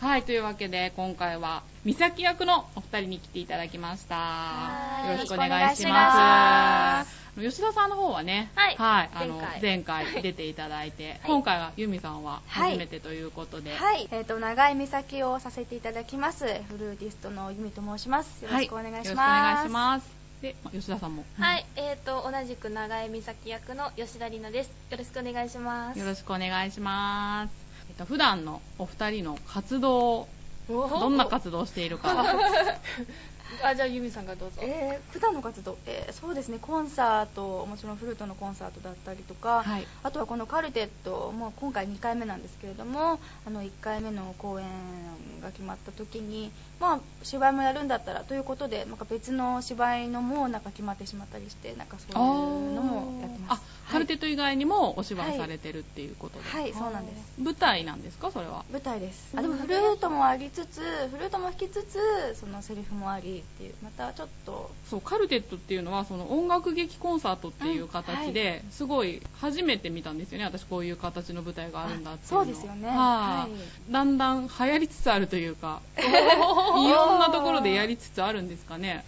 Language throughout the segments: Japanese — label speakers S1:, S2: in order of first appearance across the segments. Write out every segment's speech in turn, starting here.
S1: はい、というわけで今回は、美咲役のお二人に来ていただきました。
S2: はい
S1: よろしくお願いし
S2: よろしくお願
S1: ま。
S2: いします
S1: 吉田さんの方はね、
S2: はい
S1: あの前
S2: 前
S1: 回出ていただいて、今回は由美さんは初めてということで、
S3: はい、えっ、と長い目先をさせていただきます。フルーティストのゆみと申します。よろしくお願いしま
S1: はいよ
S3: す。
S1: ろしくお願いします。で、ま吉田さんも、
S2: はい、えーと、同じく長江美咲役の吉田里奈です。よろしくお願いします。
S1: よろしくお願いします。えっと、普段のお二人の活動、
S2: お
S1: どんな活動をしているか。
S2: あ、じゃあ、ゆみさんがどうぞ。
S3: えー普段の活動、えーそうですね、コンサート、もちろんフルートのコンサートだったりとか、
S1: はい
S3: あとはこのカルテット、もう今回2回目なんですけれども、あの1回目の公演が決まった時に、まあ、芝居もやるんだったらということで、なんか別の芝居のもなんか決まってしまったりして、なんかそういうのもやってます。
S1: あ、カルテット以外にもお芝居されてるっていうことで。
S3: はい、そうなんです。
S1: 舞台なんですか、それは。
S3: 舞台ですあでもフルートもありつつフルートも弾きつつそのセリフもありっていうまたちょっと
S1: そうカルテットっていうのはその音楽劇コンサートっていう形で、
S3: うん
S1: すごい初めて見たんですよね私こういう形の舞台があるんだっていうの
S3: あそうですよね
S1: はい
S3: はい
S1: だんだん流行りつつあるという かいろんなところでやりつつあるんですかね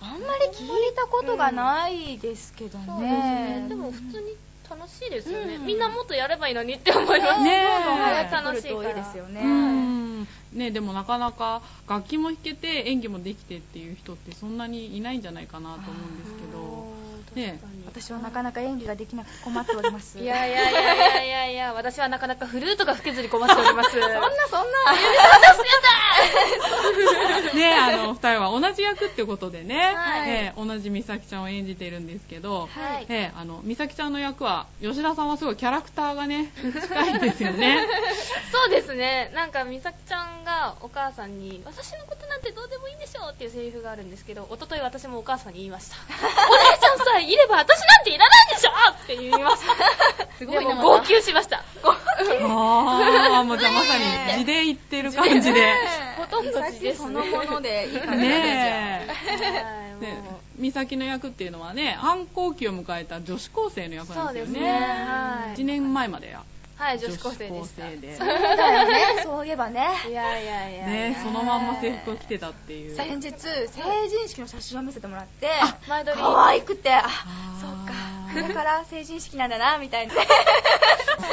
S3: あんまり聞いたことがないですけどね,、
S2: そうですね。でも、普通に楽しいですよね。
S3: うん
S2: みんなもっとやればいいのにって思います。
S1: ねえ
S3: どんどん流行って
S2: 楽し
S3: く
S2: い
S3: ると
S2: から
S3: いいですよね、
S1: うんねでもなかなか楽器も弾けて演技もできてっていう人ってそんなにいないんじゃないかなと思うんですけどね
S3: 私はなかなか演技ができなくて困っております
S2: いやいやいやいやいやい や、私はなかなかフルートが吹けずに困っており ます。そんな、
S3: そんな
S1: ねあの二人は同じ役ってことでね,、
S2: はい
S1: ね同じ美咲ちゃんを演じているんですけど、
S2: はい。
S1: ええ、あの美咲ちゃんの役は吉田さんはすごいキャラクターが ね近いんですよね
S2: そうですね、なんか美咲ちゃんがお母さんに、私のことなんてどうでもいいんでしょうっていうセリフがあるんですけど、一昨日私もお母さんに言いま した、お姉ちゃんさえいれば私なんていらないでしょって言いました、 す
S3: ごいな
S2: も号泣しました、ご
S1: ああもうじゃあまさに地で言ってる感じで
S2: ほとんど字です
S3: そ
S2: ね
S3: のものでいい感じだね
S1: ね
S2: はい
S1: え
S2: もう
S1: ね美咲の役っていうのはね反抗期を迎えた女子高生の役なんですよ
S2: そうですねはい
S1: 1年前までや
S2: はい、女子高生でした。
S1: 女子
S2: い
S1: 高
S3: じゃあそうだよねそういえばね
S2: やいやいやいや
S1: ねそのまんま制服を着てたっていう
S3: 先日成人式の写真を見せてもらって
S2: 前撮り
S3: 可愛くてあそ
S1: あ
S3: うか
S1: ー
S3: これから成人式なんだなみたいな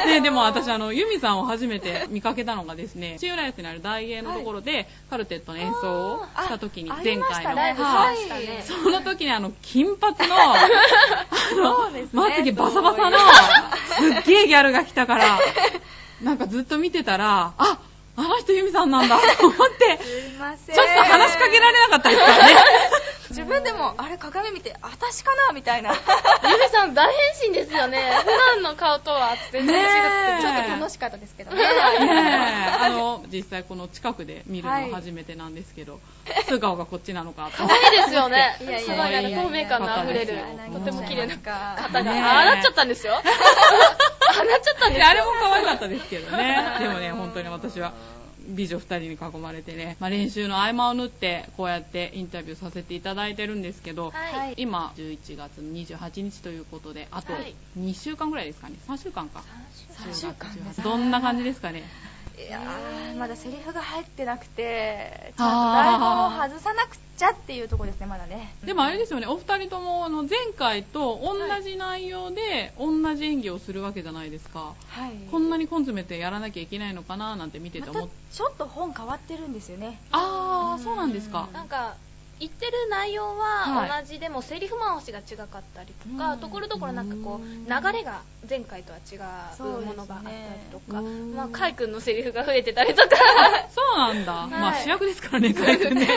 S1: ね、でも私、あの、ユミさんを初めて見かけたのがですね、新浦安にある大芸のところで、カルテットの演奏をした時に、
S3: あ
S1: 前回の。
S2: ライブし
S1: は
S2: ま
S1: い
S2: したね。
S1: その時にあの、金髪の、あの、
S3: そうですね
S1: まつげバサバサの、すっげえギャルが来たから、なんかずっと見てたら、あ、あの人ユミさんなんだと思って、
S3: すいません
S1: ちょっと話しかけられなかったですからね。
S3: 自分でもあれ鏡見て私かなみたいなち
S2: ゆめさん大変身ですよね。普段の顔とは全然違って。
S1: ねえ
S2: ち
S3: ょ
S2: ょっ
S3: っ
S2: と
S3: と楽しかったですけどね
S1: ねえあの、実際この近くで見るのは初めてなんですけど、素顔がこっちなのかと。
S2: 可愛いですよね。す
S3: い
S2: ごい
S3: やいや
S2: なんか透明感のあふれる
S1: いやいやい、や
S2: とても綺麗な
S3: か
S2: 方が、
S1: ねえ
S2: ああなっちゃった んですよ。ああなっちゃったんです
S1: で
S2: よ。
S1: あれも可愛かったですけどね。でもね、本当に私は美女二人に囲まれてね、まあ、練習の合間を縫って、こうやってインタビューさせていただいてるんですけど、
S2: はい。
S1: 今、11月28日ということで、あと
S2: はい
S1: 2週間ぐらいですかね、3週間か。
S3: 3週間です
S1: どんな感じですかね。
S3: いやーまだセリフが入ってなくてちゃんと台
S1: あー
S3: 本を外さなくちゃっていうとこですねまだね
S1: でもあれですよね、お二人ともあの前回と同じ内容で同じ演技をするわけじゃないですか。
S3: はい
S1: こんなにコン詰めてやらなきゃいけないのかななんて見てて
S3: ま
S1: 思
S3: た
S1: って。
S3: ちょっと本変わってるんですよね
S1: ああ、そうなんですか。
S2: なんか、言ってる内容
S1: は
S2: は同じでも、セリフ回しが違かったりと
S3: う
S2: か、
S3: ん
S2: ところどころなんかこう、
S1: うん
S2: 流れが前回とは違うものがあったりとか、
S1: うん
S2: まあ、カイ君のセリフが増えてたりとか、
S1: そうなんだ。
S2: い
S1: まあ主役ですからね、カイ君ね。
S3: ね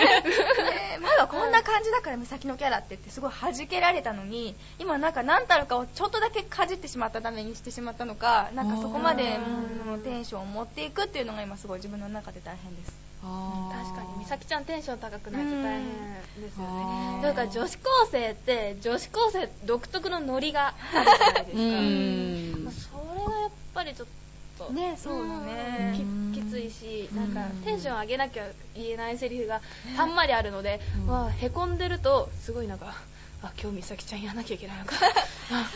S3: 前はこんな感じだから美咲のキャラってってすごい弾けられたのに今なんか何たるかをちょっとだけかじってしまったためにしてしまったのかなんかそこまで
S1: あー
S3: うんテンションを持っていくっていうのが今すごい自分の中で大変です
S1: あー
S2: 確かに美咲ちゃんテンション高くないと大変ですよ
S1: あ
S2: ね
S1: ー
S2: だから女子高生って女子高生独特のノリがあるじゃないです
S1: う
S2: か、
S1: ーん
S2: まあそれがやっぱりちょっと
S3: ねそうだね
S2: うんききついしなんか
S1: うん
S2: テンション上げなきゃ言えないセリフがたんまりあるので、
S1: うん
S2: まあ、へこんでるとすごいなんかあ今日美咲ちゃんやらなきゃいけないのか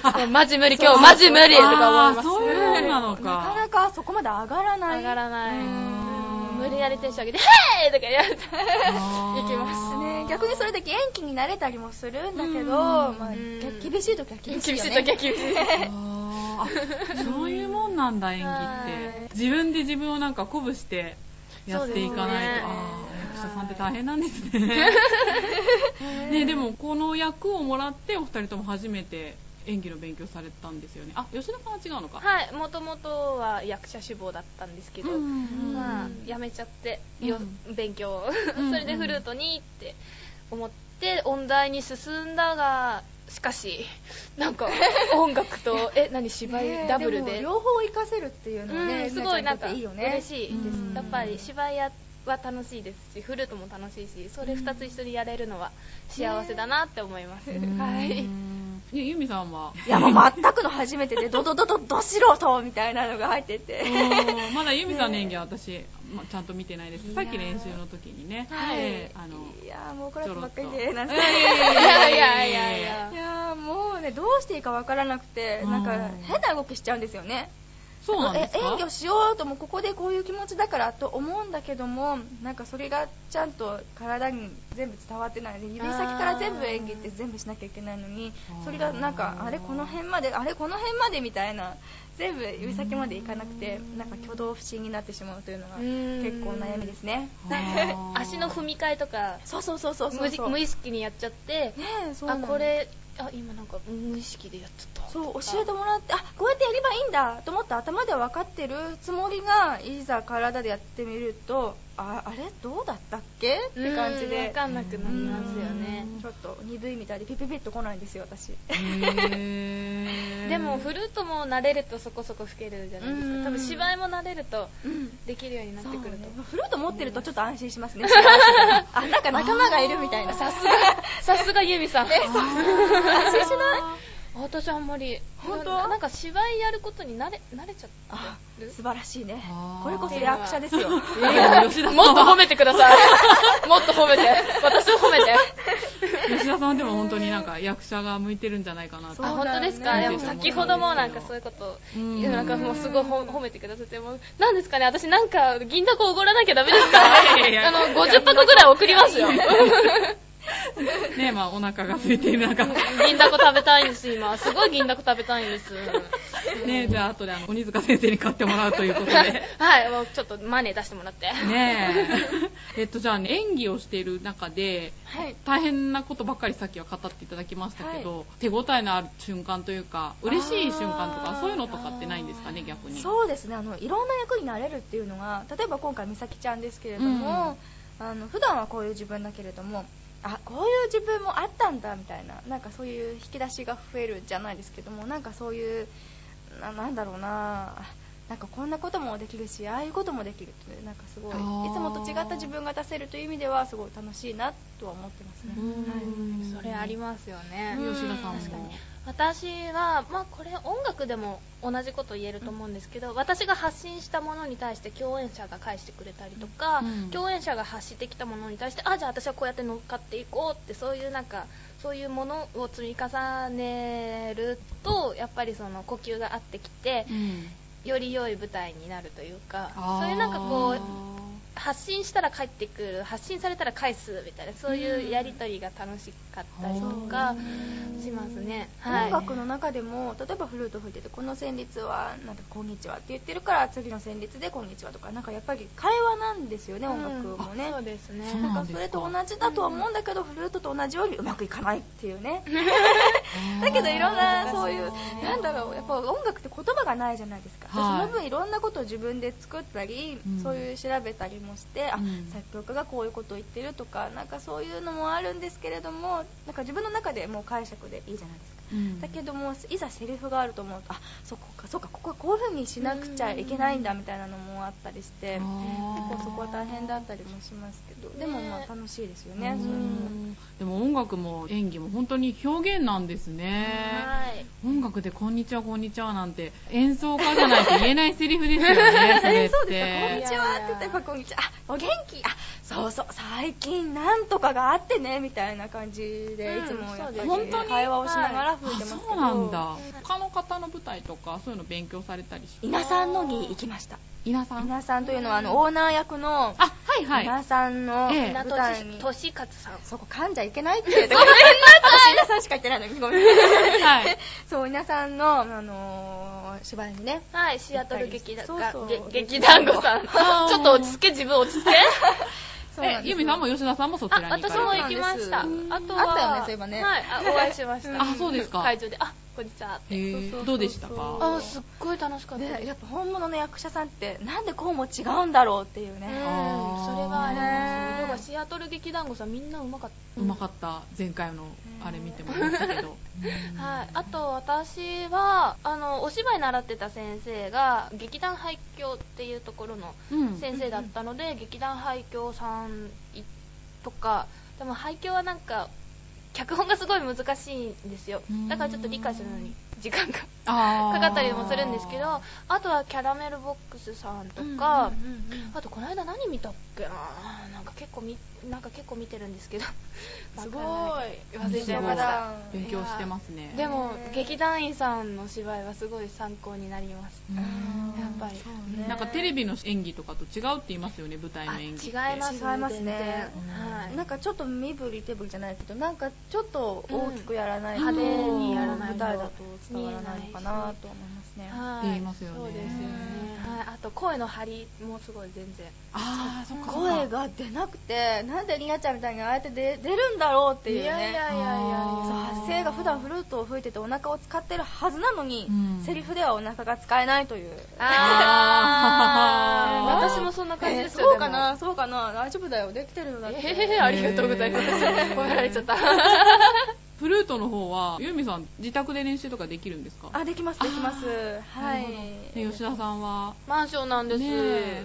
S2: あもうマジ無理今日マジ無理とか思います
S1: あーそういうもんなの
S3: なか
S1: か
S3: なかそこまで上がらない
S2: 上がらない
S1: うん
S2: 無理やりテンション上げて「ヘイ!」とかやると
S1: あー
S2: いきます
S3: ね逆にそれだけ元気になれたりもするんだ
S1: う
S3: けど、
S1: ん
S3: まあ、
S2: うん
S3: げ厳しい時は厳
S2: 厳
S3: しい
S2: し
S3: よ、ね、
S2: い時は厳しい
S1: あーあそういうもんなんだ演技って
S2: はい
S1: 自分で自分をなんか鼓舞してやっていかないと、あ
S2: そうですね
S1: ー役者さんって大変なんです ねねでもこの役をもらってお二人とも初めて演技の勉強されたんですよねあ吉田さんは違うのか、
S2: はいもともとは役者志望だったんですけど、
S1: うん
S2: まあやめちゃって、
S1: うん
S2: よ勉強を
S1: うん
S2: それでフルートにって思って音大に進んだがしかしな んか音楽とえ何芝居ダブルで,、
S3: も両方活かせるっていうのはね、
S2: うんすごいなんか
S3: いいよね
S2: 嬉しいです、
S1: うん
S2: やっぱり芝居は楽しいですしフルートも楽しいしそれ2つ一緒にやれるのは幸せだなって思います、はい
S1: うんねゆみさん はい
S3: やもう全くの初めてでドドドドド素人みたいなのが入ってて
S1: うんまだ由美さんの演技は私、まあちゃんと見てないですさっき練習の時にね、
S2: はい
S1: えーあの
S3: いやもうこればっかりでなんか
S1: いやい
S2: いやいやいやいや
S3: いやもうねどうしていいかわからなくて
S1: うん
S3: なんか変な動きしちゃうんですよね
S1: そうなんですか
S3: え演技をしようともここでこういう気持ちだからと思うんだけどもなんかそれがちゃんと体に全部伝わってないで指先から全部演技って全部しなきゃいけないのにそれがなんかあれこの辺まであれこの辺までみたいな全部指先までいかなくてなんか挙動不審になってしまうというのが結構悩みですね
S1: あー
S2: 足の踏み替えとか
S3: そうそうそうそうそう
S2: 無じ無意識にやっちゃって、
S3: ねえそうな
S2: あ
S3: んだ
S2: これあ今なんか無意識でやっちゃった
S3: そう教えてもらってあこうやってやればいいんだと思って頭では分かってるつもりがいざ体でやってみるとああれどうだったっけって感じ
S2: 分
S3: で
S2: かんなくなりますよね
S3: うんちょっと鈍いみたいでピピピッと来ないんですよ私
S1: へー
S2: でもフルートも慣れるとそこそこ吹けるじゃないです
S3: うん
S2: か多分芝居も慣れると
S3: うん
S2: できるようになって
S3: そう
S2: くる
S3: ね
S2: と、
S3: フルート持ってるとちょっと安心しますね あなんか仲間がいるみたいなさすが
S2: さすがユミさ
S3: 安
S2: ん
S3: 心しない
S2: 私あんまり
S3: 本当
S2: ななんか芝居やることに慣れ 慣れちゃ
S3: あ
S2: ってる
S3: 素晴らしいね
S1: あー
S3: これこそ役者ですよ
S1: いや吉田さん
S2: もっと褒めてください もっと褒めて私を褒めて
S1: 吉田さんでも本当になんか役者が向いてるんじゃないかなと
S3: そ
S2: あ
S3: う
S2: 本
S3: だよ
S2: 当
S3: ね
S2: ですか、でも先ほどもなんかそういうこと、
S1: うん
S2: なんかもうすごいほ褒めてくださって、もうなんですかね、私なんか銀だこおごらなきゃダメですか
S1: いやいや
S2: あの50箱ぐらい送りますよ、
S1: ねまあお腹が空いている 中
S2: 銀だこ食べたいんです、今、すごい銀だこ食べたいんです。
S1: ねじゃあ後であの鬼塚先生に買ってもらうということで
S2: はい、もうちょっとマネー出してもらって。
S1: ねえ。えっと、じゃあ、ね、演技をしている中で、
S3: はい
S1: 大変なことばっかりさっきは語っていただきましたけど、手応えのある瞬間というか、嬉しい瞬間と
S3: あ
S1: か
S3: ー、
S1: そういうのとかってないんですかね、逆に。
S3: そうですねあのいろんな役になれるっていうのが例えば今回美咲ちゃんですけれども、あの普段はこういう自分だけれどもあこういう自分もあったんだみたいななんかそういう引き出しが増えるじゃないですけどもなんかそういうななんだろうなあなんかこんなこともできるしああいうこともできるっていうなんかすごいい
S1: あ
S3: つ
S1: ー
S3: もと違った自分が出せるという意味ではすごい楽しいなとは思ってますね。
S1: うーん
S2: それありますよね。
S3: うん
S1: 吉田さんも。
S3: 確かに
S2: 私は、まあ、これ音楽でも同じこと言えると思うんですけど、私が発信したものに対して共演者が返してくれたりとか、
S1: うん
S2: 共演者が発してきたものに対してあじゃあ私はこうやって乗っかっていこうってそういうなんかそういうものを積み重ねるとやっぱりその呼吸が合ってきて
S1: うん
S2: より良い舞台になるというか
S1: あー
S2: そういうなんかこう発信したら帰ってくる発信されたら返すみたいなそういうやり取りが楽しかったりとかしますね。はい
S3: 音楽の中でも例えばフルート吹いててこの旋律はなんかこんにちはって言ってるから次の旋律でこんにちはとかなんかやっぱり会話なんですよね、音楽もね
S2: うんそうですね
S1: そう
S3: なん
S1: な
S3: か
S1: んです
S3: そ
S1: か
S3: れと同じだとは思うんだけど、フルートと同じようにうまくいかないっていうねだけどいろんなそういうなんだろうやっぱ音楽って言葉がないじゃないですか、
S1: はい
S3: その分いろんなことを自分で作ったり、
S1: うん
S3: そういう調べたりもして、あ
S1: うん
S3: 作曲がこういうことを言ってるとかなんかそういうのもあるんですけれどもなんか自分の中でもう解釈でいいじゃないですか
S4: うん
S3: だけどもいざセリフがあると思うとあそこかそうかここはこういうふうにしなくちゃいけないんだみたいなのもあったりして結構そこは大変だったりもしますけどでもまあ
S2: ね
S3: 楽しいですよ
S4: う
S3: ね
S4: ん
S3: そういうのも
S1: でも音楽も演技も本当に表現なんですね。
S2: はい。
S1: 音楽でこんにちはこんにちはなんて演奏家じゃないと言えないセリフですよ ね。それって。
S3: そうですか、こんにちはって言ったいやいやら、こんにちは、あ、お元気、あ、そうそう、最近なんとかがあってね、みたいな感じで、
S2: うん
S3: いつもやっぱり
S2: そうです
S1: ね本当に
S3: 会話をしながら吹いて
S1: あ
S3: ますけど、
S1: そうなんだ。他の方の舞台とかそういうの勉強されたりし
S3: 稲さんのに行きました。
S1: 稲さん。
S3: 稲さんというのは、あの、オーナー役の、
S1: あ、はいはい。
S3: 稲さんの
S1: ええ
S3: 舞
S2: なと
S3: 台に、
S2: し、としかつさん。
S3: そこ噛んじゃいけないって、ごめんなさい。私稲さんしか言ってないのに、ごめんなさい。
S1: はい。
S3: そう、稲さんの、あのー芝居にね、
S2: はい、シアトル劇団、
S3: そう
S2: が
S3: そう
S2: げ劇団子さん。
S1: あー
S2: ちょっと落ち着け、自分落ち着け。
S3: そうな
S1: え
S3: ん、です
S1: ゆみ
S3: よ
S1: さんも吉田さんもそち
S2: あ、
S1: らに行
S2: 私
S1: かれ
S2: も
S1: て
S2: 行きました。あ
S3: そうなんです
S2: とは、
S3: あったよねそういえばね
S2: はい、あ、お会いしました。
S1: あそうですか
S2: 会場で、あ、こんにちはって。
S1: へ
S3: そうそうそうそ
S1: ー
S3: う
S1: どうでしたか
S2: あ、すっごい楽しかったです
S3: で。やっぱ本物の役者さんってなんでこうも違うんだろうっていう
S2: うん、それ
S3: ね、
S2: はあります
S3: ね
S2: だからシアトル劇団子さんみんなうまかっ
S1: うまかった前回のあれ見てもらいましたけど、
S2: た。はい。あと私は、あの、お芝居習ってた先生が、劇団廃墟っていうところの
S1: うん、
S2: 先生だったので、劇団廃墟さんとかでも廃墟はなんか脚本がすごい難しいんですよ
S1: うん
S2: だからちょっと理解するのに時間が
S1: あー
S2: かかったりもするんですけどあとはキャラメルボックスさんとか、
S3: うんうんうんうん
S2: あとこの間何見たっけななんか結構みなんか結構見てるんですけど
S3: すごい
S2: わかんない忘れちゃいまし
S1: す
S2: た
S3: ごい
S1: 勉強してますね
S2: でも劇団員さんの芝居はすごい参考になります
S1: うん
S2: やっぱり
S3: そうね
S1: なんかテレビの演技とかと違うって言いますよね舞台の
S2: あ違
S1: 演
S2: い
S1: 技って
S2: ます
S3: 違いますね
S2: 全然はい
S3: なんかちょっと身振り手振りじゃないけどなんかちょっと大きくやらないと、
S2: うん
S3: 派手にやら
S2: うん
S3: ない舞台だと伝わらないのかなと思いますね
S2: はい
S1: って言いますよね
S2: そうですよね。はい。あと声の張りもすごい全然。
S1: ああそっかそっか
S3: 声が出なくてなんでりなちゃんみたいにああやって出出るんだろうっていうね
S1: いやいや
S3: そう発声が普段フルートを吹いててお腹を使ってるはずなのに、
S1: うん
S3: セリフではお腹が使えないという
S1: あー
S2: あー私もそんな感じ
S3: えー
S2: ですよ。
S3: そうかなそうかな大丈夫だよできてるよだ
S2: で
S3: っ
S2: も。
S3: て
S2: えへへへありがとうございます。
S1: ね
S2: 褒められちゃった。
S1: フルートの方はゆみさん自宅で練習とかできるんですか
S3: あできますできますは
S1: なる
S3: い、
S1: ね吉田さんは
S2: マンションなんです。
S1: ね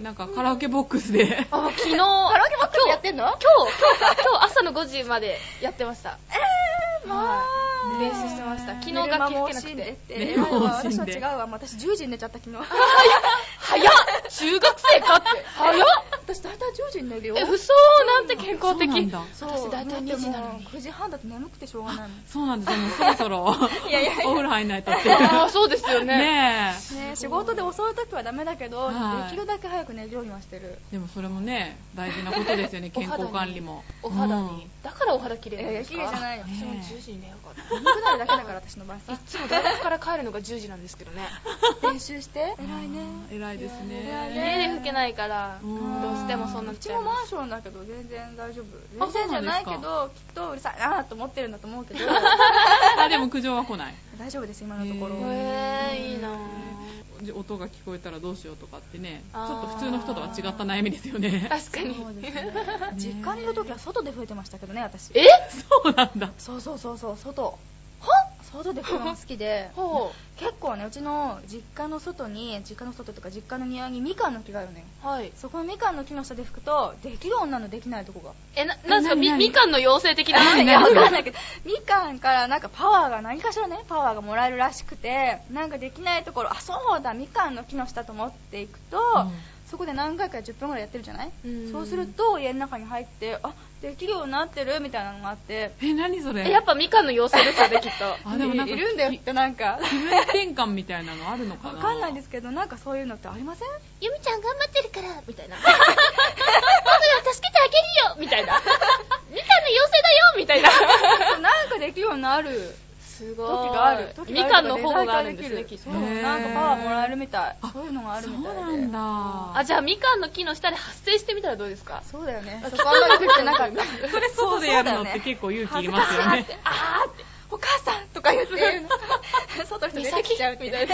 S1: えなんかカラオケボックス で
S2: あ昨
S3: カ
S2: 日、
S3: ラオケばっかり
S2: 今
S3: や
S2: 日
S3: ってんの
S2: 今日、今日か、今日朝の5時までやってました。えー、まあ、練習してました。昨
S3: 寝
S2: 日
S3: る間
S2: 楽器
S3: も
S2: 弾け
S3: 惜
S2: な
S3: し
S2: く
S3: んで
S2: て
S3: っ。
S1: 寝
S3: て
S1: る間も惜し
S3: 私
S1: ん
S3: は
S1: で
S3: 違うわ私10時に寝ちゃった昨日
S2: 早っ中学生かって。早っ
S3: 私大体10時に寝るよ
S2: え、嘘なんて健康
S1: そうなん
S2: 的。
S1: だ
S3: そう
S2: 私大体2時なのに
S3: だってもう9時半だと眠くてしょうがないもん
S1: そうなんですよもうそろそろお
S3: いやいやいや
S1: 風呂入んないとって
S2: ああ、そうですよ ね。
S1: ねえ
S3: ね、仕事で遅い時はダメだけど、
S1: はい
S3: できるだけ早く寝るようにはしてる
S1: でもそれもね大事なことですよね健康管理も
S2: お肌に、
S1: うん
S2: だからお肌綺麗なんですか
S3: いやいや綺麗じゃないよ
S2: 私も
S1: ねえ
S2: 10時に寝ようか
S3: 眠くなるだけだから私の場合
S2: ない
S3: さ
S2: つも大学から帰るのが10時なんですけど ね
S3: 練習して偉いね
S1: あー偉いですね
S3: 偉いね
S2: 家で吹けないから
S1: うん
S2: どうしてもそんな
S3: う
S2: っ
S3: ち
S2: ちゃい
S3: も
S2: ま
S3: マン
S2: す
S3: ションだけど全然大丈
S1: あ
S3: 夫全然じゃないけ
S1: そう
S3: どきっとうるさいなと思ってるんだと思う けど
S1: あでも苦情は来ない
S3: 大丈夫です今のところ、
S1: へー
S2: えー、いいなぁ
S1: じ音が聞こえたらどうしようとかってねちょ
S2: あー
S1: っと普通の人とは違った悩みですよね
S2: 確かに
S3: そうですね実家にいる時は外で吹いてましたけどね私
S2: え
S1: そうなんだ
S3: そうそうそうそう外外で吹くのが好き で
S2: ほ
S3: 結構ねうちの実家の外に実家の外とか実家の庭にみかんの木があるのよ
S2: うはい
S3: そこのみかんの木の下で吹くとできる女のできない とこが
S2: えななんですか
S1: 何
S2: み
S1: 何
S2: みかんの妖精的な
S3: いや、わかんないけど、みかんからなんかパワーが、何かしらね、パワーがもらえるらしくて、なんかできないところ、あ、そうだ、みかんの木の下と思っていくと、
S1: うん
S3: そこで何回か10分ぐらいやってるじゃない、
S2: うん
S3: そうすると、家の中に入って、あ、できるようになってるみたいなのがあって、
S1: え何それ
S2: えやっぱみかんの妖精ですよねき っと
S1: あでもなんか
S3: いいるんだよっ
S1: き
S3: て、なんか。
S1: 気分転換みたいなのあるのか
S3: わ
S1: な
S3: かんないですすけど、なんかそういうのってありません
S2: ゆみちゃん頑張ってるからみたいな僕ら助けてあげるよみたいなみかんの妖精だよみたいな
S3: なんかできるようになる
S2: すご
S3: 時
S2: い
S3: がある。時
S2: み
S3: が
S2: か
S3: あ
S2: ん
S3: る
S2: の
S3: と
S2: 保護があるん
S3: で
S2: で
S3: き
S2: すねきっと
S3: そう、
S1: へー
S3: なんかパワーもらえるみたい。そういうのがある
S1: そ
S3: みた
S1: う
S3: いで。
S1: なんだ
S2: あじゃあみかんの木の下で発生してみたらどうですか
S3: そうだよね。そこあんまり食ってなかった。それ
S1: そうでやるのって結構勇気いりますよね。
S3: あーって、お母さんとか言ってるの。外の人出てきちゃうっていう。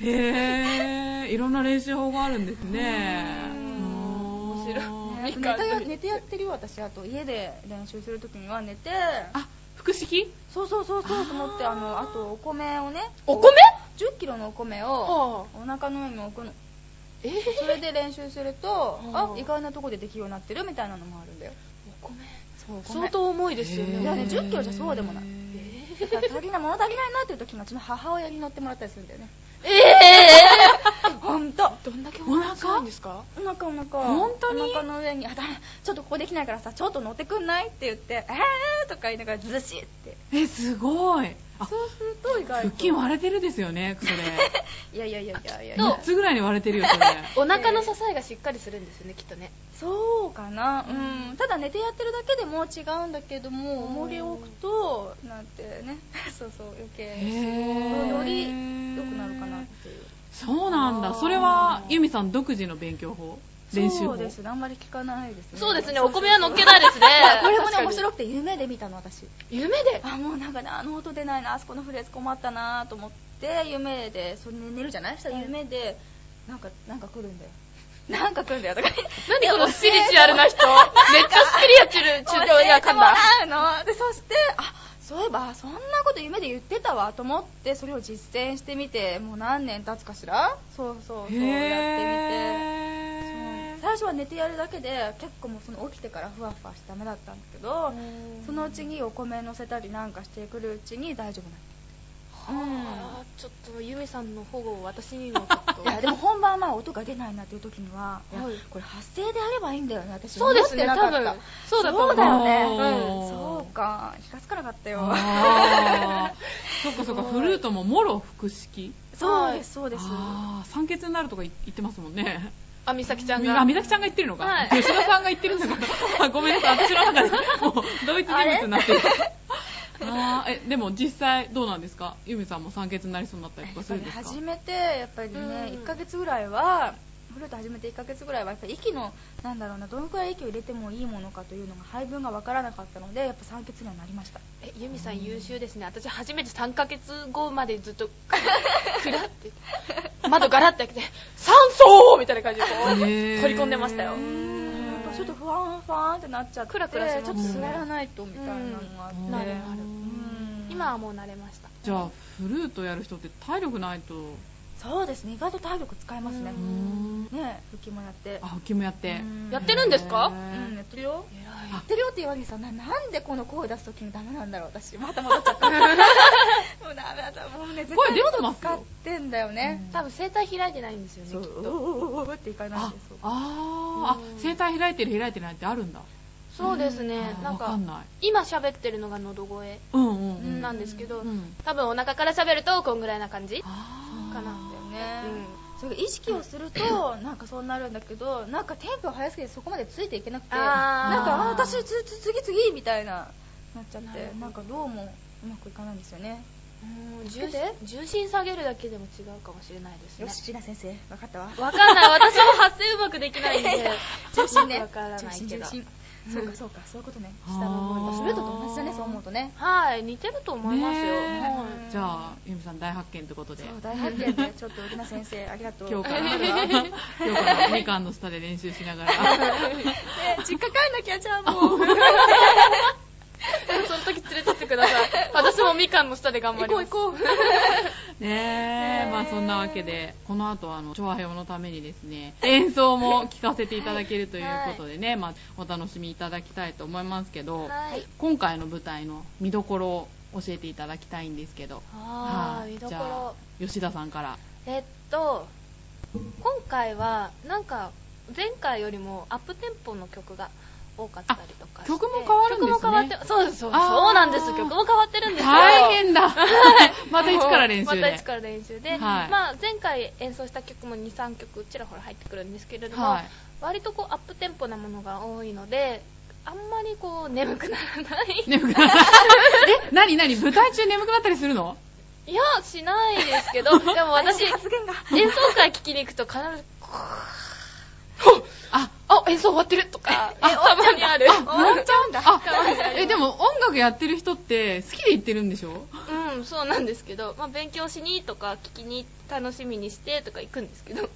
S1: へえ、いろんな練習法があるんですね。面
S2: 面白い
S3: ね寝てや寝てやってるよ、私。あと家で練習するときには寝て、
S1: あ、腹式
S3: そうそうそうそうと思ってあのあ とお米をね
S2: お米
S3: 1 0キロのお米を
S2: あ
S3: お腹の上に置くの
S2: えー、
S3: それで練習すると
S2: うん
S3: あ意外なとこでできるようになってるみたいなのもあるんだよ
S2: お米
S3: そうお米
S2: 相当重いですよ
S3: いやね
S2: ね。
S3: 10キロじゃそうでもないだ
S2: え
S3: から足りない物足りないなっていう時にうちの母親に乗ってもらったりするんだよね
S2: ー、え
S3: ほんと
S2: ー、どんだけ
S1: お腹
S2: 強いんですか
S3: お腹お腹
S1: 本当に
S3: お腹の上にあだめちょっとここできないからさちょっと乗ってくんないって言ってえーとか言いながらずしって
S1: えすごいあ
S3: そうすると意外と
S1: 腹筋割れてるですよねそれ
S3: いやいやいやいやいやい
S2: そ
S3: や
S1: 3
S2: う
S1: つぐらいに割れてるよそれ
S2: お腹の支えがしっかりするんですよね、きっとね。
S3: そうかなうんただ寝てやってるだけでも違うんだけども
S2: うん
S3: 重りを置くとなんてね そう そう余計
S1: へー
S3: より良くなるかなっていう
S1: そうなん
S2: あ
S1: だ
S2: ー
S1: それはユミさん独自の勉強法練習法
S3: そうですねあんまり聞かないですね。
S2: そうですね、お米は乗っけないですね
S3: これもね面
S2: い。
S3: 白くて夢で見たの私
S2: 夢で。
S3: あもうなんかねあの音出ないなあそこのフレーズ困ったなと思って夢でそれで寝るじゃないしたら夢でなんかなんか来るんだよなんか来るんだよ とか
S2: 何このスピリチュアルな人。めっちゃスピリアチュル、チュアルな
S3: 教えて
S2: 感
S3: も
S2: だ。
S3: らうのでそしてあそういえばそんなこと夢で言ってたわと思ってそれを実践してみてもう何年経つかしらそうそうそうやってみてそう
S1: へ
S3: 最初は寝てやるだけで結構もうその起きてからふわふわしてダメだったんだけどそのうちにお米乗せたりなんかしてくるうちに大丈夫になった
S2: あーちょっとユミさんの保護を私にもちょっと
S3: いやでも本番は音が出ないなっていう時には、いや
S2: はい
S3: これ発声であればいいんだよね私
S2: そうですね
S3: 思っ
S2: 多
S3: てなかっ
S2: 分
S3: た
S2: そうだと思う
S3: そうだよ
S1: うん
S3: ね、うん、そうか気がつかなかったよ
S1: あーそっかそっかフルートももろ腹式
S3: そうですそうです
S1: ああ酸欠になるとか言ってますもんね
S2: あ美咲ちゃん
S1: あ
S2: が
S1: みさきちゃんが言ってるのか、
S2: はい
S1: 吉田さんが言ってる のかあごめんなさい私の中でもう同一人物になってるあーえでも実際どうなんですかゆみさんも酸欠になりそうになったりとかす
S3: やっ
S1: るん
S3: ぱり
S1: ですか
S3: 初めてやっぱりね、
S2: うん
S3: 1ヶ月ぐらいはフルート始めて1ヶ月ぐらいはやっぱり息のなんだろうなどのくらい息を入れてもいいものかというのが配分が分からなかったのでやっぱ酸欠にはなりました
S2: えユミさん優秀ですね私初めて3ヶ月後まで ずっとくらって窓ガラッて開けて酸素みたいな感じでこう
S1: へー
S2: 取り込んでましたよ
S3: やっぱちょっと不安不安ってなっちゃって
S2: クラクラし
S3: ち
S2: ます
S3: ょっ
S2: ね
S3: と座らないとみたいなのがあって、
S1: うん
S2: なるなる
S3: うん
S2: 今はもう慣れました
S1: じゃあフルートやる人って体力ないとう
S3: そうですね意外と体力使いますね、
S2: う
S1: ーん
S3: ねえ腹筋もやって
S1: あ腹筋もやって
S3: うん
S2: やってるんですか
S1: へ
S3: う
S1: ー
S3: んやってるよ
S2: 偉
S3: や
S2: い
S3: ってるよって言われにさななんでこの声出すときにダメなんだろう私また戻っちゃったもうダメだもうね絶
S1: 声
S3: 対
S1: 出てます
S3: 使っ
S1: よ
S3: てんだよね、
S2: 多分声帯開いてないんですよね
S3: そ
S2: き
S3: う
S2: っ
S3: う
S2: と
S3: ううううっていかないん
S1: あ
S3: ですよ
S1: あーあ声帯開いてる開いてないってあるんだ
S2: そうですね
S1: あー
S2: なん
S1: わか
S2: か
S1: んない
S2: 今喋ってるのが喉声
S1: うんうんうん
S2: なんですけど
S1: うん
S2: 多分お腹から喋るとこんぐらいな感じ
S1: あー
S2: かな
S3: ね
S2: う
S3: そ
S2: ん
S3: れ意識をするとなんかそうなるんだけどなんかテンポが速すぎてそこまでついていけなくて
S2: あー
S3: なんかあー私つつ次次みたいななっちゃっ
S2: なるほ
S3: て
S2: ど
S3: なんかどうもうまくいかないんですよね
S2: うん
S3: つけ
S2: 重
S3: て
S2: 重心下げるだけでも違うかもしれないですね
S3: よし椎名先生分かったわ
S2: わかんない。私も発声うまくでき ないんで。
S3: 重心ね
S2: わから
S3: 重
S2: ない
S3: 心
S2: け
S3: 重
S2: ど。
S3: 心そうかそうかそういうことね
S1: うん
S3: 下の方
S1: あー
S3: にフルートと同じだねそう思うとね
S2: はい、似てると思いますよ。
S1: ねえ
S2: はい
S1: じゃあゆみさん大発見ということで
S3: そう大発見でちょっとウリナ先生ありがとう
S1: 今日から
S3: ね
S1: 今日からみかんの下で練習しながら
S3: 実家帰んなきゃじゃあもう
S2: その時連れてってください。私もみかんの下で頑張
S3: 行
S2: り
S3: こ
S2: ま
S3: う
S2: す。
S3: 行こう
S1: ねえまあそんなわけでこの後あの調和表のためにですね演奏も聞かせていただけるということでね、まあお楽しみいただきたいと思いますけど、
S2: はい。
S1: 今回の舞台の見どころを教えていただきたいんですけど
S2: あ
S1: は
S2: ー、
S1: い
S2: 見ど
S1: じ
S2: こ
S1: ゃあ
S2: ろ。
S1: 吉田さんから
S2: えっと、今回は、なんか、前回よりもアップテンポの曲が多かったりとかして。
S1: 曲も変わるんですね
S2: 曲も変わって、そうです、そうです
S1: あー
S2: そうなんです。曲も変わってるんですよ。
S1: 大変だ また一から練習
S2: また一
S1: で、
S2: から練習で、
S1: はい
S2: まあ、前回演奏した曲も23曲ちらほら入ってくるんですけれども、
S1: はい、
S2: 割とこうアップテンポなものが多いのであんまりこう眠くならない
S1: 眠く なえ、なになに舞台中眠くなったりするの
S2: いやしないですけ どでも私
S3: 発言が
S2: 演奏会聞きに行くと必ずこ
S1: あ、
S2: うあ演奏終わってるとか
S1: あ
S2: たまにある
S1: なっちゃうんだ。あ
S2: わいい、
S1: え、でも音楽やってる人って好きで言ってるんでしょ
S2: うんそうなんですけど、まあ、勉強しにとか聞きに楽しみにしてとか行くんですけど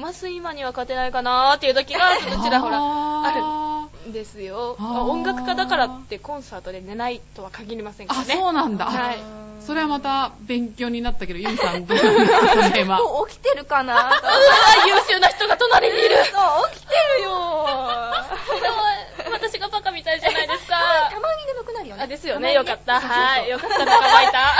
S2: 麻酔魔には勝てないかなーっていう時がちょっとちらほらある
S1: あ
S2: ですよ
S1: あー
S2: 音楽家だからってコンサートで寝ないとは限りませんか
S1: あ、
S2: らね
S1: そうなんだ。
S2: はい
S1: それはまた勉強になったけど、ゆみさんどうなんですか
S3: もう起きてるか なと
S2: あー優秀な人が隣にい る
S3: そう起きてる よ
S2: でも私がバカみたいじゃないですか
S3: たまに眠くなるよね
S2: あですよねよかった
S1: そうそう
S2: はいよかった仲間いた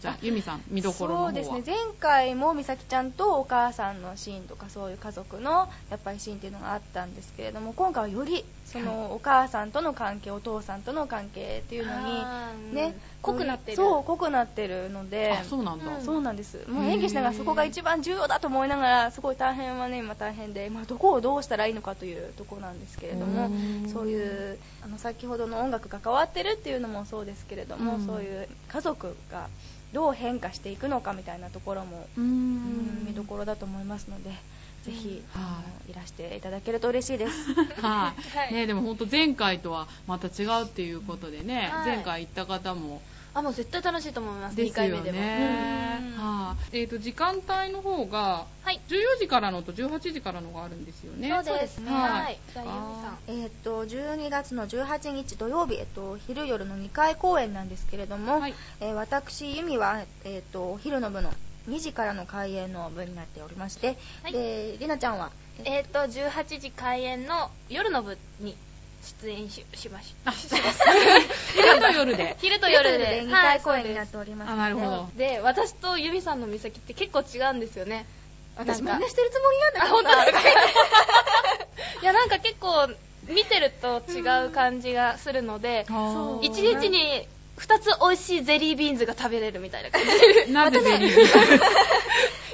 S1: じゃあ、ゆみさん、見どころの方
S3: そ
S1: は。
S3: うですね前回も美咲ちゃんとお母さんのシーンとかそういう家族のやっぱりシーンっていうのがあったんですけれども今回はよりそのお母さんとの関係お父さんとの関係っていうの
S2: あー
S3: にね
S2: 濃くなってる
S3: そう濃くなってるので
S1: あ、そうなんだ。
S2: うん
S3: そうなんですもう演技しながらそこが一番重要だと思いながらすごい大変はね今大変で、まあ、どこをどうしたらいいのかというところなんですけれども
S1: うん
S3: そういうあの先ほどの音楽が変わってるっていうのもそうですけれども、
S1: うん
S3: そういう家族がどう変化していくのかみたいなところも、
S1: うー
S3: うん
S1: ん
S3: 見どころだと思いますのでぜひ、
S1: うん
S3: あ
S1: は
S3: のいらしていただけると嬉しいです。
S1: は。
S2: はいい
S1: ね、でも本当前回とはまた違うっていうことでね、
S2: はい
S1: 前回行った方も
S2: あもう絶対楽しいと思います
S1: で
S2: 2
S1: すよ
S2: 回
S1: ね。
S2: 目でもうん
S1: はい。えっ、と時間帯の方が
S2: はい
S1: 14時からのと18時からのがあるんですよね。
S2: そうですね
S1: はい
S2: はいじゃあゆみ
S3: え
S2: さん
S3: っと12月の18日土曜日、えっと昼夜の2回公演なんですけれども、
S1: はい
S3: えー私、由美は、えっとお昼の部の2時からの開演の部になっておりまして、
S2: はい
S3: でりなちゃんは、
S2: えっ、と18時開演の夜の部に出演ししまし
S1: あ、そうです。昼と夜 で。
S2: 昼と夜
S3: 昼と
S2: で
S3: 2
S2: は
S3: 回
S2: いそ
S3: 公
S2: う
S3: 演にな
S2: で
S3: っ
S2: す
S3: ております
S1: あ、
S3: ので、
S1: なるほど。
S2: で私とゆみさんの岬って結構違うんですよね
S3: 私
S2: な
S3: 真
S2: ん
S3: 似
S2: か
S3: してるつもりなんだ
S2: あ
S3: けど
S2: 本当
S3: な
S2: ですか いやなんか結構見てると違う感じがするので
S1: あー
S2: 一日に2つ美味しいゼリービーンズが食べれるみたいな感じ
S1: なぜゼリー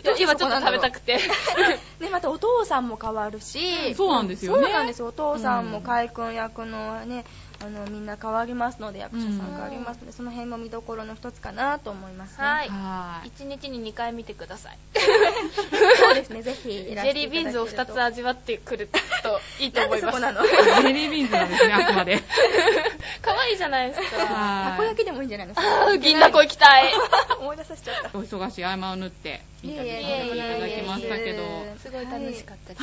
S3: どうして
S2: 今ちょっと食べたくて
S3: でまたお父さんも変わるし、
S1: そうなんですよね
S3: そうなんですお父さんも海君役のね、あのみんな変わりますので役者さん変わりますので、その辺も見どころの一つかなと思いますね。
S2: はい
S1: はい。
S2: 1日に2回見てください
S3: そうですね、ぜひ
S2: ゼ
S3: いらしていただけると。
S2: リービーンズを2つ味わってくるといいと
S3: なん
S2: 思
S3: で
S2: い
S3: そ
S2: ま
S3: こ
S2: す
S3: なの
S1: ゼリービーンズなんですね、あくまで。
S2: 可愛いじゃないです か
S1: はい
S3: たこ焼きでもいいんじ ゃないの
S2: あー銀だこ行きたい
S3: 思い出させちゃった。
S1: お忙しい合間を縫ってインタビューさせていただきましたけど、
S2: すごい楽しかったです、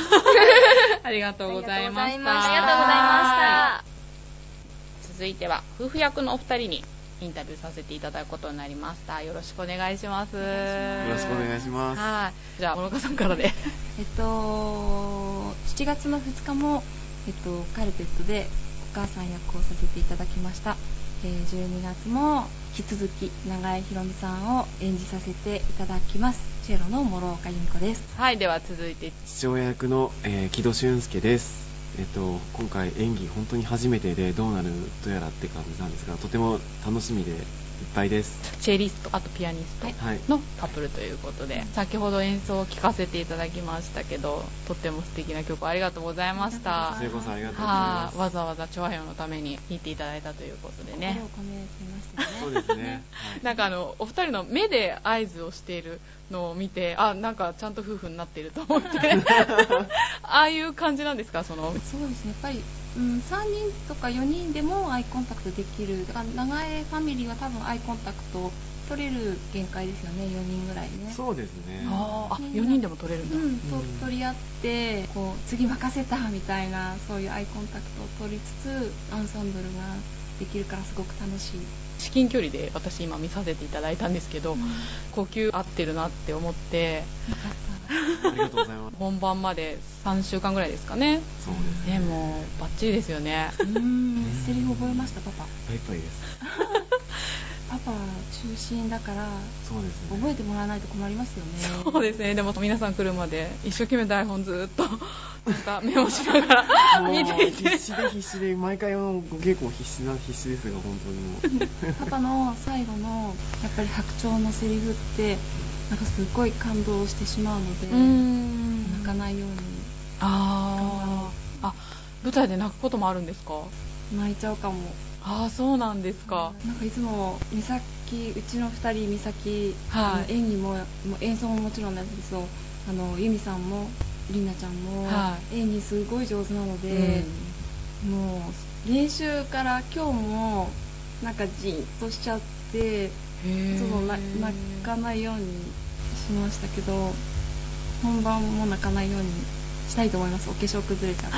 S1: ありがとうございました。
S3: あ
S2: あ
S3: りがとうござい
S2: りがとうござ
S3: ま
S2: いま
S3: し
S2: したた
S4: 続いては夫婦役のお二人にインタビューさせていただくことになりましたよろしくお願いしますよ
S5: よろ
S4: ろ
S5: しくお願いします。
S4: はいじゃあ諸岡さんからで
S6: えっと、7月の2日も、えっと、カルペットでお母さん役をさせていただきました、えー12月も引き続き永井ひろみさんを演じさせていただきますチェロの諸岡由美子です
S4: はいでは続いて
S5: 父親役の、えー木戸俊介です。えっと、今回演技本当に初めてでどうなるとやらって感じなんですが、とても楽しみでいっぱいです。
S4: チェリストあとピアニスト
S5: はい。
S4: のカップルということで、先ほど演奏を聴かせていただきましたけどとっても素敵な曲ありがとうございました
S5: それこそありがとうござい
S4: は
S5: ま
S4: い、
S5: す。
S4: わざわざ調和表のために弾いていただいたということでね
S6: 心を込めてましたよね
S5: そうですね。はい
S4: なんかあのお二人の目で合図をしているのを見てあなんかちゃんと夫婦になっていると思って ああいう感じなんですかその
S6: そうですね、やっぱり、うん、3人とか4人でもアイコンタクトできる、だから長江ファミリーは多分アイコンタクト取れる限界ですよね、4人ぐらいね。
S5: そうですね。
S4: あーあ
S6: みんな
S4: 4人でも撮れるんだ、
S6: うん、
S5: う
S6: と
S5: ん
S6: 取り合ってこう次任せたみたいなそういうアイコンタクトを取りつつアンサンブルができるからすごく楽しい、
S4: 至近距離で私今見させていただいたんですけど、呼吸合ってるなって思って
S5: ありがとうございます。
S4: 本番まで3週間ぐらいですかね
S5: そうです
S4: ね
S5: ね。
S4: もうバッチリですよね
S6: うんセリフ覚えましたパパ
S5: いっぱいいっぱいです。
S6: パパ中心だから
S5: そうですね。
S6: 覚えてもらわないと困りますよね
S4: そうですね、でも皆さん来るまで一生懸命台本ずっとなんかメモしながら見
S5: も
S4: て
S5: う
S4: いて
S5: 必。死で必死で、毎回のご稽古も必死な必死ですが、本当にもう。
S6: パパの最後のやっぱり白鳥のセリフってなんかすごい感動してしまうので、
S4: ん
S6: 泣かないよう
S4: あーあ舞台で泣くこともあるんですか
S6: に泣いちゃうかも
S4: ああそうなんですか、
S6: なんかいつも美咲うちの2人美咲、
S4: はい
S6: あの演技ももう演奏ももちろんなんですけどあの由美さんもりなちゃんも、
S4: は
S6: 演技すごい上手なので、もう練習から今日もなんかじーっとしちゃって
S4: うんへー
S6: そのな泣かないようにしましたけど本番も泣かないようにしたいと思いますお化粧崩れちゃ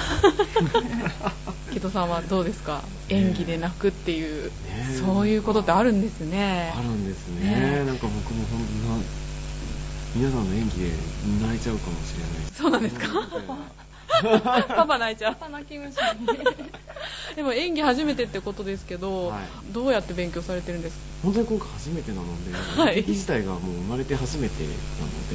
S6: う
S1: 木戸さんはどうですか演技で泣くっていう、
S5: ね
S1: そういうことってあるんですね
S5: あるんですね
S1: ね
S5: なんか僕もほんな皆さんの演技で泣いちゃうかもしれない
S1: そうなんですかパパ泣いちゃう
S6: 泣きまし
S1: でも演技初めてってことですけど、
S5: は
S1: どうやって勉強されてるんです
S5: 本当に今回初めてなので、
S1: はい
S5: 演技自体がもう生まれて初めてな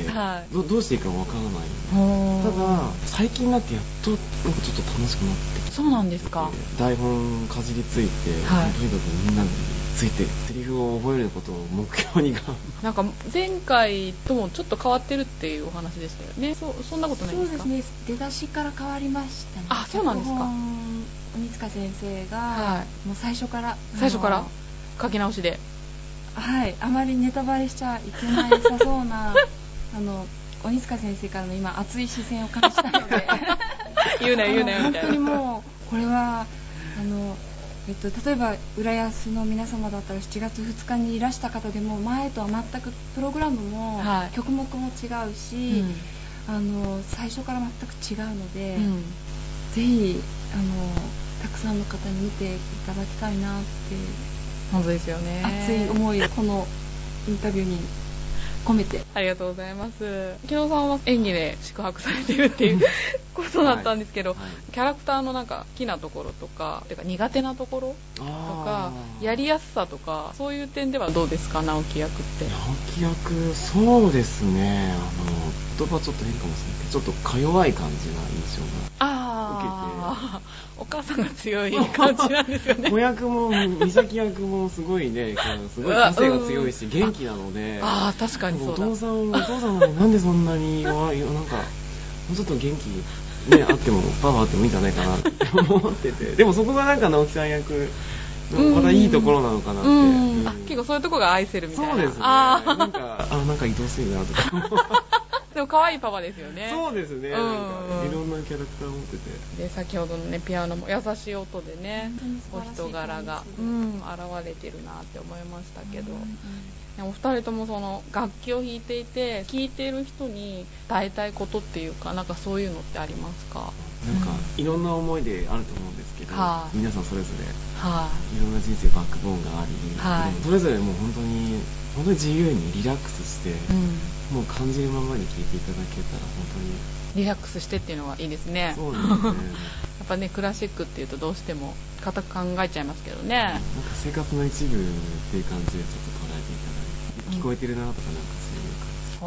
S5: ので、
S1: はい
S5: どどうしていいかわからない
S1: か
S5: ただ最近になってやっとなんかちょっと楽しくなってきて
S1: そうなんですか
S5: 台本かじりついて、
S1: はい
S5: とにかくみんなについてセリフを覚えることを目標に頑張って
S1: なんか前回ともちょっと変わってるっていうお話でしたよねそそんなことない
S6: そ
S1: で
S6: う
S1: す
S6: で
S1: か
S6: すね出だしから変わりましたね
S1: あそうなんですか
S6: 脚本鬼塚先生が、
S1: は
S6: もう最初から
S1: 最初から
S6: も
S1: 書き直しで
S6: うはいあまりネタバレしちゃいけないさそう なあの鬼塚先生からの今熱い視線を感じたので
S1: 言うなよ 言うなよみ
S6: 本
S1: た
S6: 当
S1: い
S6: に
S1: な
S6: もうこれはあのえっと、例えば浦安の皆様だったら7月2日にいらした方でも前とは全くプログラムも、
S1: はい
S6: 曲目も違うし、あの最初から全く違うので、
S1: うんうん
S6: ぜひあのたくさんの方に見ていただきたいなって
S1: 本当ですよね
S6: 熱い思いをこのインタビューに込めて
S1: ありがとうございます。木戸さんは演技で宿泊されてるっていう ことだったんですけど、
S5: はい
S1: キャラクターのなんか好きなところとか、てか苦手なところ
S5: と
S1: とか、やりやすさとか、そういう点ではどうですか、直樹役って。
S5: 直木役そうですねあの言葉ちょっと変かもしれないけどちょっとか弱い感じな印 象が
S1: ああ、お母さんが強い感じなんですよ ね。
S5: 子役も美咲役もすごいねこうすごい個性が強いし元気なので
S1: ああ、確かにそう
S5: お父
S1: だ。
S5: さんお父さんはなんでそんな に弱いよなんかもうちょっと元気、ね、あってもパワーあってもいいんじゃないかなって思ってて でもそこがなんか直木さん役のまたいいところなのかなって、
S1: うん
S5: うん
S1: あ結構そういうとこが愛せるみたいな。
S5: そうですね
S1: あ
S5: なんかあなんか移動するなとか
S1: ーでも可愛いパパですよね。
S5: そうですね、なんかいろんなキャラクター持ってて
S1: で先ほどのねピアノも優しい音でねお
S6: 本当に素晴ら
S1: 人
S6: しい
S1: 柄が、
S6: 感じです
S1: う
S6: ね
S1: ん、現れてるなって思いましたけど、でもお二人ともその楽器を弾いていて聴いてる人に伝えたいことっていうかなんかそういうのってありますか
S5: なんかいろんな思いであると思うんですけど、
S1: はい
S5: 皆さんそれぞれ
S1: はい
S5: ろんな人生バックボーンがあり、
S1: はい
S5: それぞれもう本当に本当に自由にリラックスして、
S1: い、うん、
S5: もう感じるままに聴いていただけたら
S1: リラックスしてっていうのはいいですね
S5: 本当にそうなんですね
S1: やっぱねクラシックっていうとどうしても固く考えちゃいますけどね
S5: なんか生活の一部っていう感じでちょっと捉えていただいて聞こえてるなとかなんかそういう感じ、
S1: お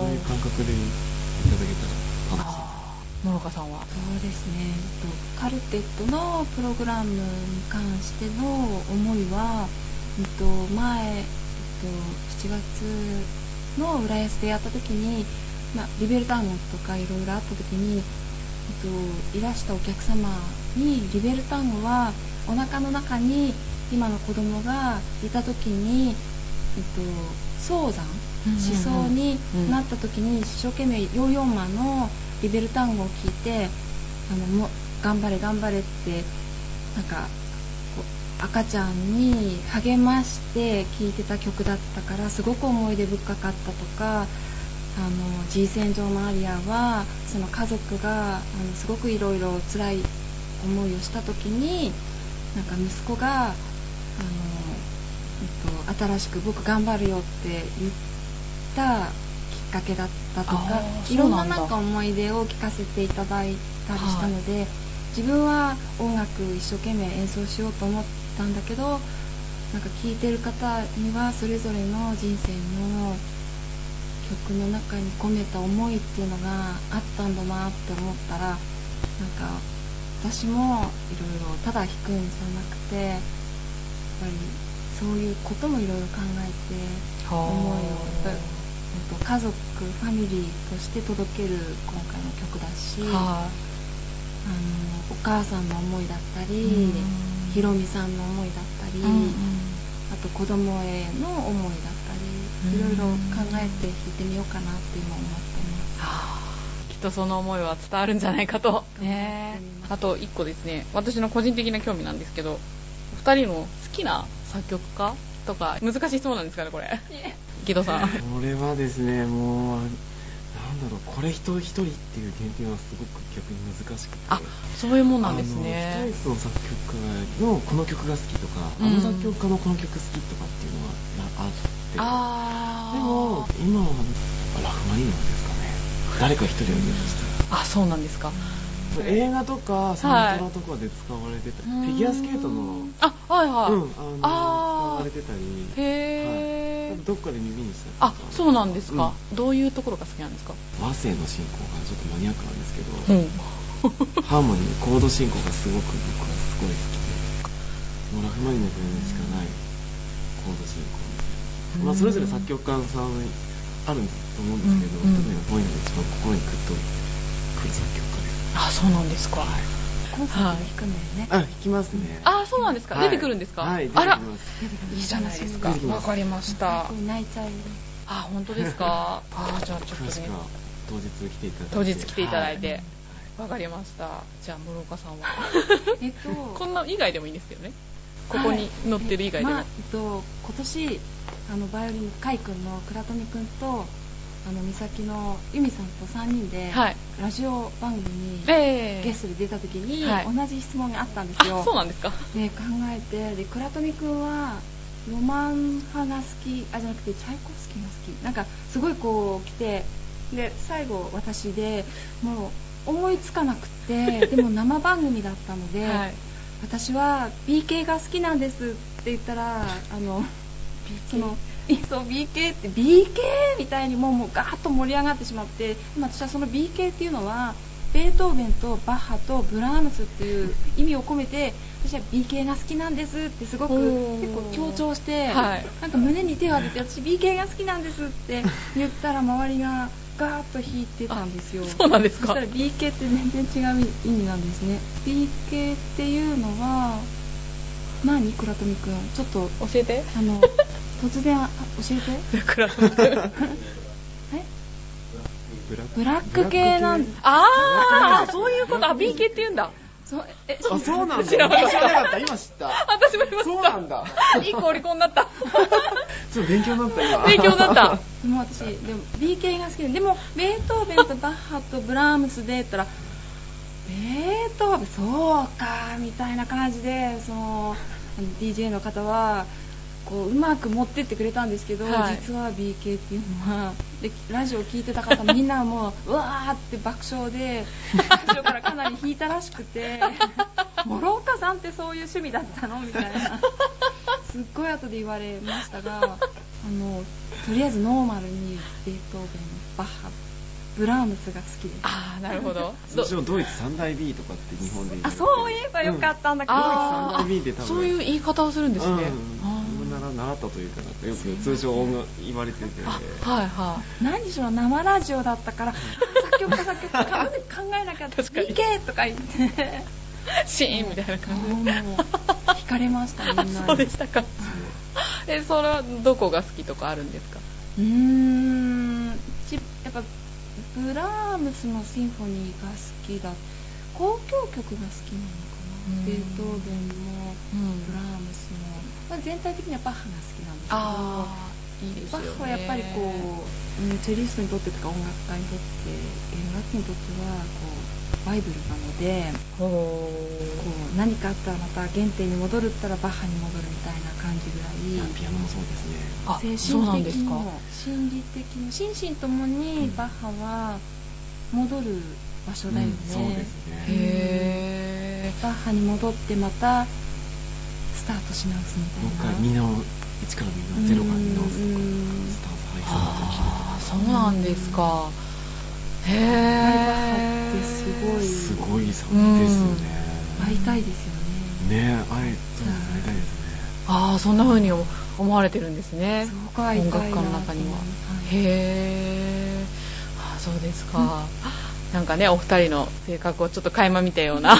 S5: そういう感覚でいただけたら楽しい
S1: あー諸岡さんは
S6: そうですねえっとカルテットのプログラムに関しての思いは、えっと、前、えっと、7月の浦安でやった時に、まあ、リベルターノとかいろいろあった時に、えっと、いらしたお客様にリベルターノはお腹の中に今の子供がいた時に、えっと、早産思想になった時に一生懸命ヨーヨーマンのリベル単語を聞いてあのもう頑張れ頑張れってなんかこう赤ちゃんに励まして聴いてた曲だったからすごく思い出深かったとかあの G 戦場のアリアはその家族があのすごくいろいろ辛い思いをした時になんか息子があの、えっと、新しく僕頑張るよって言ったきっかけだったとか
S1: あー
S6: いろん
S1: そ
S6: な
S1: うなんだ
S6: なんか思い出を聞かせていただいたりしたので、自分は音楽一生懸命演奏しようと思ったんだけどなんか聴いてる方にはそれぞれの人生の曲の中に込めた思いっていうのがあったんだなって思ったらなんか私もいろいろただ弾くんじゃなくてやっぱりそういうこともいろいろ考えて。思いをやっぱりうんと家族ファミリーとして届ける今回の曲だし
S1: い
S6: あの
S1: は
S6: お母さんの思いだった
S1: い
S6: りひろみさんの思いだったり、
S1: うんうん
S6: あと子供への思いだったりいろいろ考えて弾いてみようかなって今思ってます。
S1: はあきっとその思いは伝わるんじゃないかと。
S6: ねえ
S1: あと一個ですね、私の個人的な興味なんですけど、お二人の好きな作曲家とか、難しい質問なんですかね、これ。木戸さん。
S5: これはですねもうなんだろうこれ人一人っていう限定はすごく逆に難しくて
S1: あ そういうもんなんです
S5: あの
S1: ね
S5: 一人の作曲家のこの曲が好きとか、
S1: うん
S5: あの作曲家のこの曲好きとかっていうのはなあって
S1: あ
S5: でも今はラフマニノフですかね誰か一人を入れました
S1: ああそうなんですか
S5: 映画とかサントラとかで使われてた、フィギュアスケートの,、うん、
S1: あはい
S5: あ
S1: はい、
S5: の使
S1: あー
S5: われてたり
S1: へえ
S5: はい、どっかで耳にした
S1: あそうなんですか、
S5: う
S1: どういうところが好きなんですか
S5: ん、和声の進行がちょっとマニアックなんですけど、
S1: うん
S5: ハーモニーコード進行がすごく僕はすごい好きでもうラフマニノフにしかないコード進行みたいな、まあ、それぞれ作曲家さんあると思うんですけ
S1: う
S5: ど、
S1: んうん
S5: 特にボイノで一番心にグッとくる作曲家です
S1: あそうなんですか、
S6: コンサートで弾くんだ
S5: あ弾
S6: よね、
S5: きますね
S1: あそうなんですか、
S5: はい
S1: 出てくるんですか、
S5: はい出てき
S1: あら
S5: ます
S1: いいじゃないですか
S5: 出てきます
S1: りました
S6: こう泣いちゃうよ ね
S1: あ本当ですか あじゃあちょっと
S5: 詳し
S1: ね
S5: くは当日来ていただいて
S1: 当日来ていただい
S5: は
S1: てわ、かりましたじゃあ室岡さんは
S6: えっと
S1: こんな以外でもいいんですけどねここに載ってる以外でも、
S6: まあえっと、今年あのバイオリンの甲斐君の倉富君とあの美咲の由美さんと3人で、
S1: はい
S6: ラジオ番組に
S1: え
S6: ゲストで出た時に、
S1: はい
S6: 同じ質問があったんですよ
S1: あそうなんですか
S6: で考えてで倉富君はロマン派が好きあじゃなくてチャイコフスキーが好きなんかすごいこう来てで最後私でもう思いつかなく てでも生番組だったので、
S1: はい
S6: 私は BK が好きなんですって言ったらあのそのいそう BK って BK みたいにもうもうガーッと盛り上がってしまって今私はその BK っていうのはベートーベンとバッハとブラームスっていう意味を込めて私は BK が好きなんですってすごく
S1: おー
S6: 結構強調して、
S1: はい
S6: なんか胸に手を当てて私 BK が好きなんですって言ったら周りがガーッと引いてたんですよ。
S1: そうなんです
S6: そした
S1: から
S6: BK って全然違う意味なんですね BK っていうのは何倉富くんちょっと
S1: 教えて
S6: あの突然あ教えて
S1: 倉富君
S5: ブラック
S6: ブラック系なん
S1: ああそういうことあ BK って言うんだ
S6: そうえ
S5: あそうなんだ
S1: 知らなかった
S5: 知らなかった今知った
S1: 私も言いま
S5: そう
S1: し
S5: なんだ
S1: た一個お利口に なった
S5: ちょっと勉強になった今
S1: 勉強にな った
S6: でも私でも BK が好きででもベートーベンとバッハとブラームスで言ったらベートーベンそうかみたいな感じでそのあの DJ の方はこううまく持ってってくれたんですけど、
S1: はい
S6: 実は BK っていうのはでラジオを聞いてた方みんなも ううわーって爆笑で後ろからかなり引いたらしく て諸岡さんってそういう趣味だったのみたいな。すっごい後で言われましたがあのとりあえずノーマルにベートーベンバッハブラームスが好きです
S1: ああなるほどど
S5: 一応ドイツ三大 B とかって日本で言
S6: あそう言えばよかったんだけど、
S1: うん
S5: 三
S1: あー
S5: 大 B で多分
S1: そういう言い方をするんですね、
S5: うん、なら習ったというかなんかよく通常音が言われてて
S1: あーあはいは
S6: 何しろ生ラジオだったから作曲家作曲家考えなきゃ
S1: 確かに
S6: BK とか言って
S1: いシーンみたいな感じ
S6: もう惹かれましたみんなに
S1: そうでしたかえそれはどこが好きとかあるんですか
S6: うーんちやっぱブラームスのシンフォニーが好きだ交響曲が好きなのか
S1: うん
S6: なベートーベンもブラ
S1: あ
S6: ームスも、まあ、全体的にはバッハが好きなんですけど
S1: あーいいですよ
S6: バ
S1: ね
S6: ッハはやっぱりこう、うん、チェリストにとってとか音楽家にとって音楽家にとってはこうバイブルなので
S1: ほ
S6: こう何かあったらまた原点に戻るったらバッハに戻るみたいな感じぐ
S5: いや
S6: らい。
S5: ピアノもそうですね
S1: あ
S6: 精
S1: そ
S6: 神
S1: うなん
S6: 的
S1: です
S6: に
S1: か
S6: も心理的にも心身ともにバッハは戻る場所だよね、
S5: うんそうですね
S1: へえ
S6: バッハに戻ってまたスタートし直すみ
S5: もう一
S6: たい
S5: 回
S6: な
S5: 見直一から見直ゼロから見直すとか
S6: うん
S5: スタンス配
S1: ああそうなんですかへえ
S6: バッハってすごい
S5: するときすごい差ですよね
S6: 会いたいですよね
S5: ねえあえそうですね会いたいですね
S1: ああそんな風に思思われてるんですね
S6: すごく会いたいな
S1: 音楽家の中には
S6: はい
S1: へえあそうです か、なんかねお二人の性格をちょっと垣間見たよう な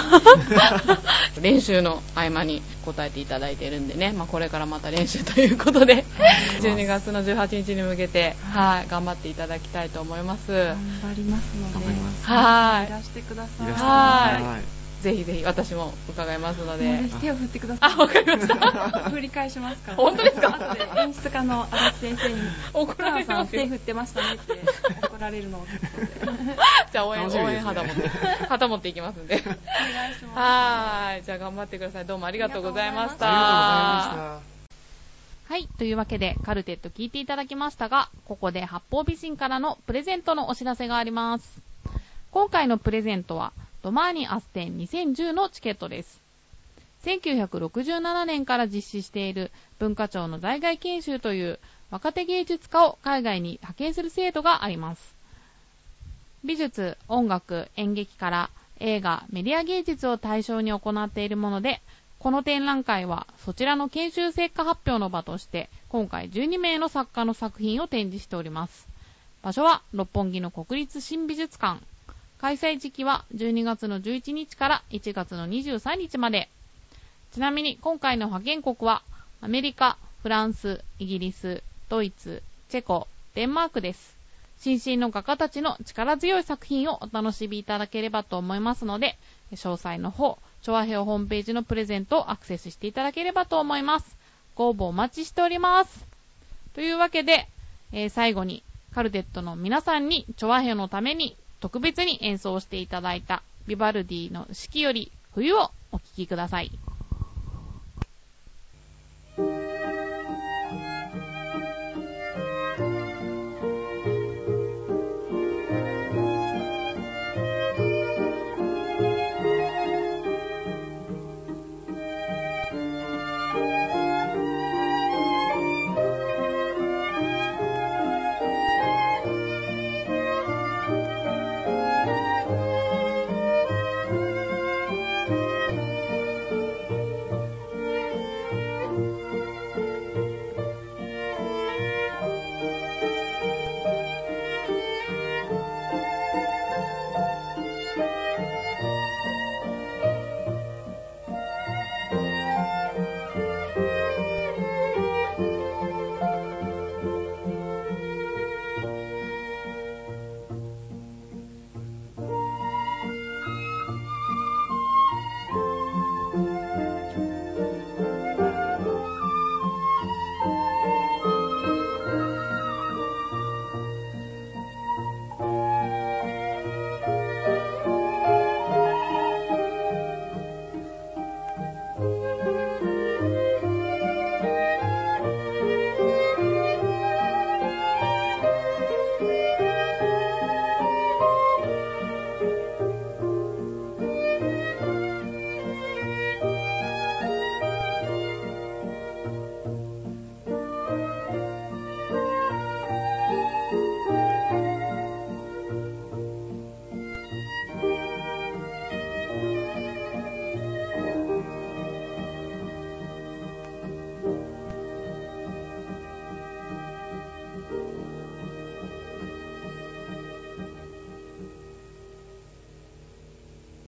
S1: 練習の合間に答えていただいてるんでね、まあ、これからまた練習ということで12月の18日に向けて、はい、頑張っていただきたいと思います、
S6: 頑張りますので
S5: 頑張ります
S1: はい
S6: いらしてください
S5: いらしてくだ
S1: は
S5: さい
S1: ぜひぜひ私も伺いますの
S6: もう
S1: で
S6: ぜひ手を振ってください
S1: あわかりました
S6: 振り返します から
S1: 本当ですか
S6: 後で演出家の足立先生に
S1: 怒られ
S6: お母さ
S1: ま
S6: ん
S1: すよ
S6: 手振ってましたねって怒来られるのをちょっと
S1: じゃあ応援、
S5: 楽しみ
S1: 応
S5: です
S1: 援
S5: ね
S1: 旗持って、旗持っていきますんで。
S6: お願いします。
S1: はーい。じゃあ頑張ってください。どうもありがとうございました。
S5: ありがとうございました。
S4: はい。というわけで、カルテット聞いていただきましたが、ここで八方美人からのプレゼントのお知らせがあります。今回のプレゼントは、ドマーニアス展2010のチケットです。1967年から実施している文化庁の在外研修という若手芸術家を海外に派遣する制度があります。美術、音楽、演劇から映画、メディア芸術を対象に行っているもので、この展覧会はそちらの研修成果発表の場として、今回12名の作家の作品を展示しております。場所は六本木の国立新美術館。開催時期は12月の11日から1月の23日まで。ちなみに今回の派遣国は、アメリカ、フランス、イギリス、ドイツ、チェコ、デンマークです。新進の画家たちの力強い作品をお楽しみいただければと思いますので、詳細の方、調和平ホームページのプレゼントをアクセスしていただければと思います。ご応募お待ちしております。というわけで、えー最後に、カルテットの皆さんに、調和平のために特別に演奏していただいた、ビバルディの四季より冬をお聴きください。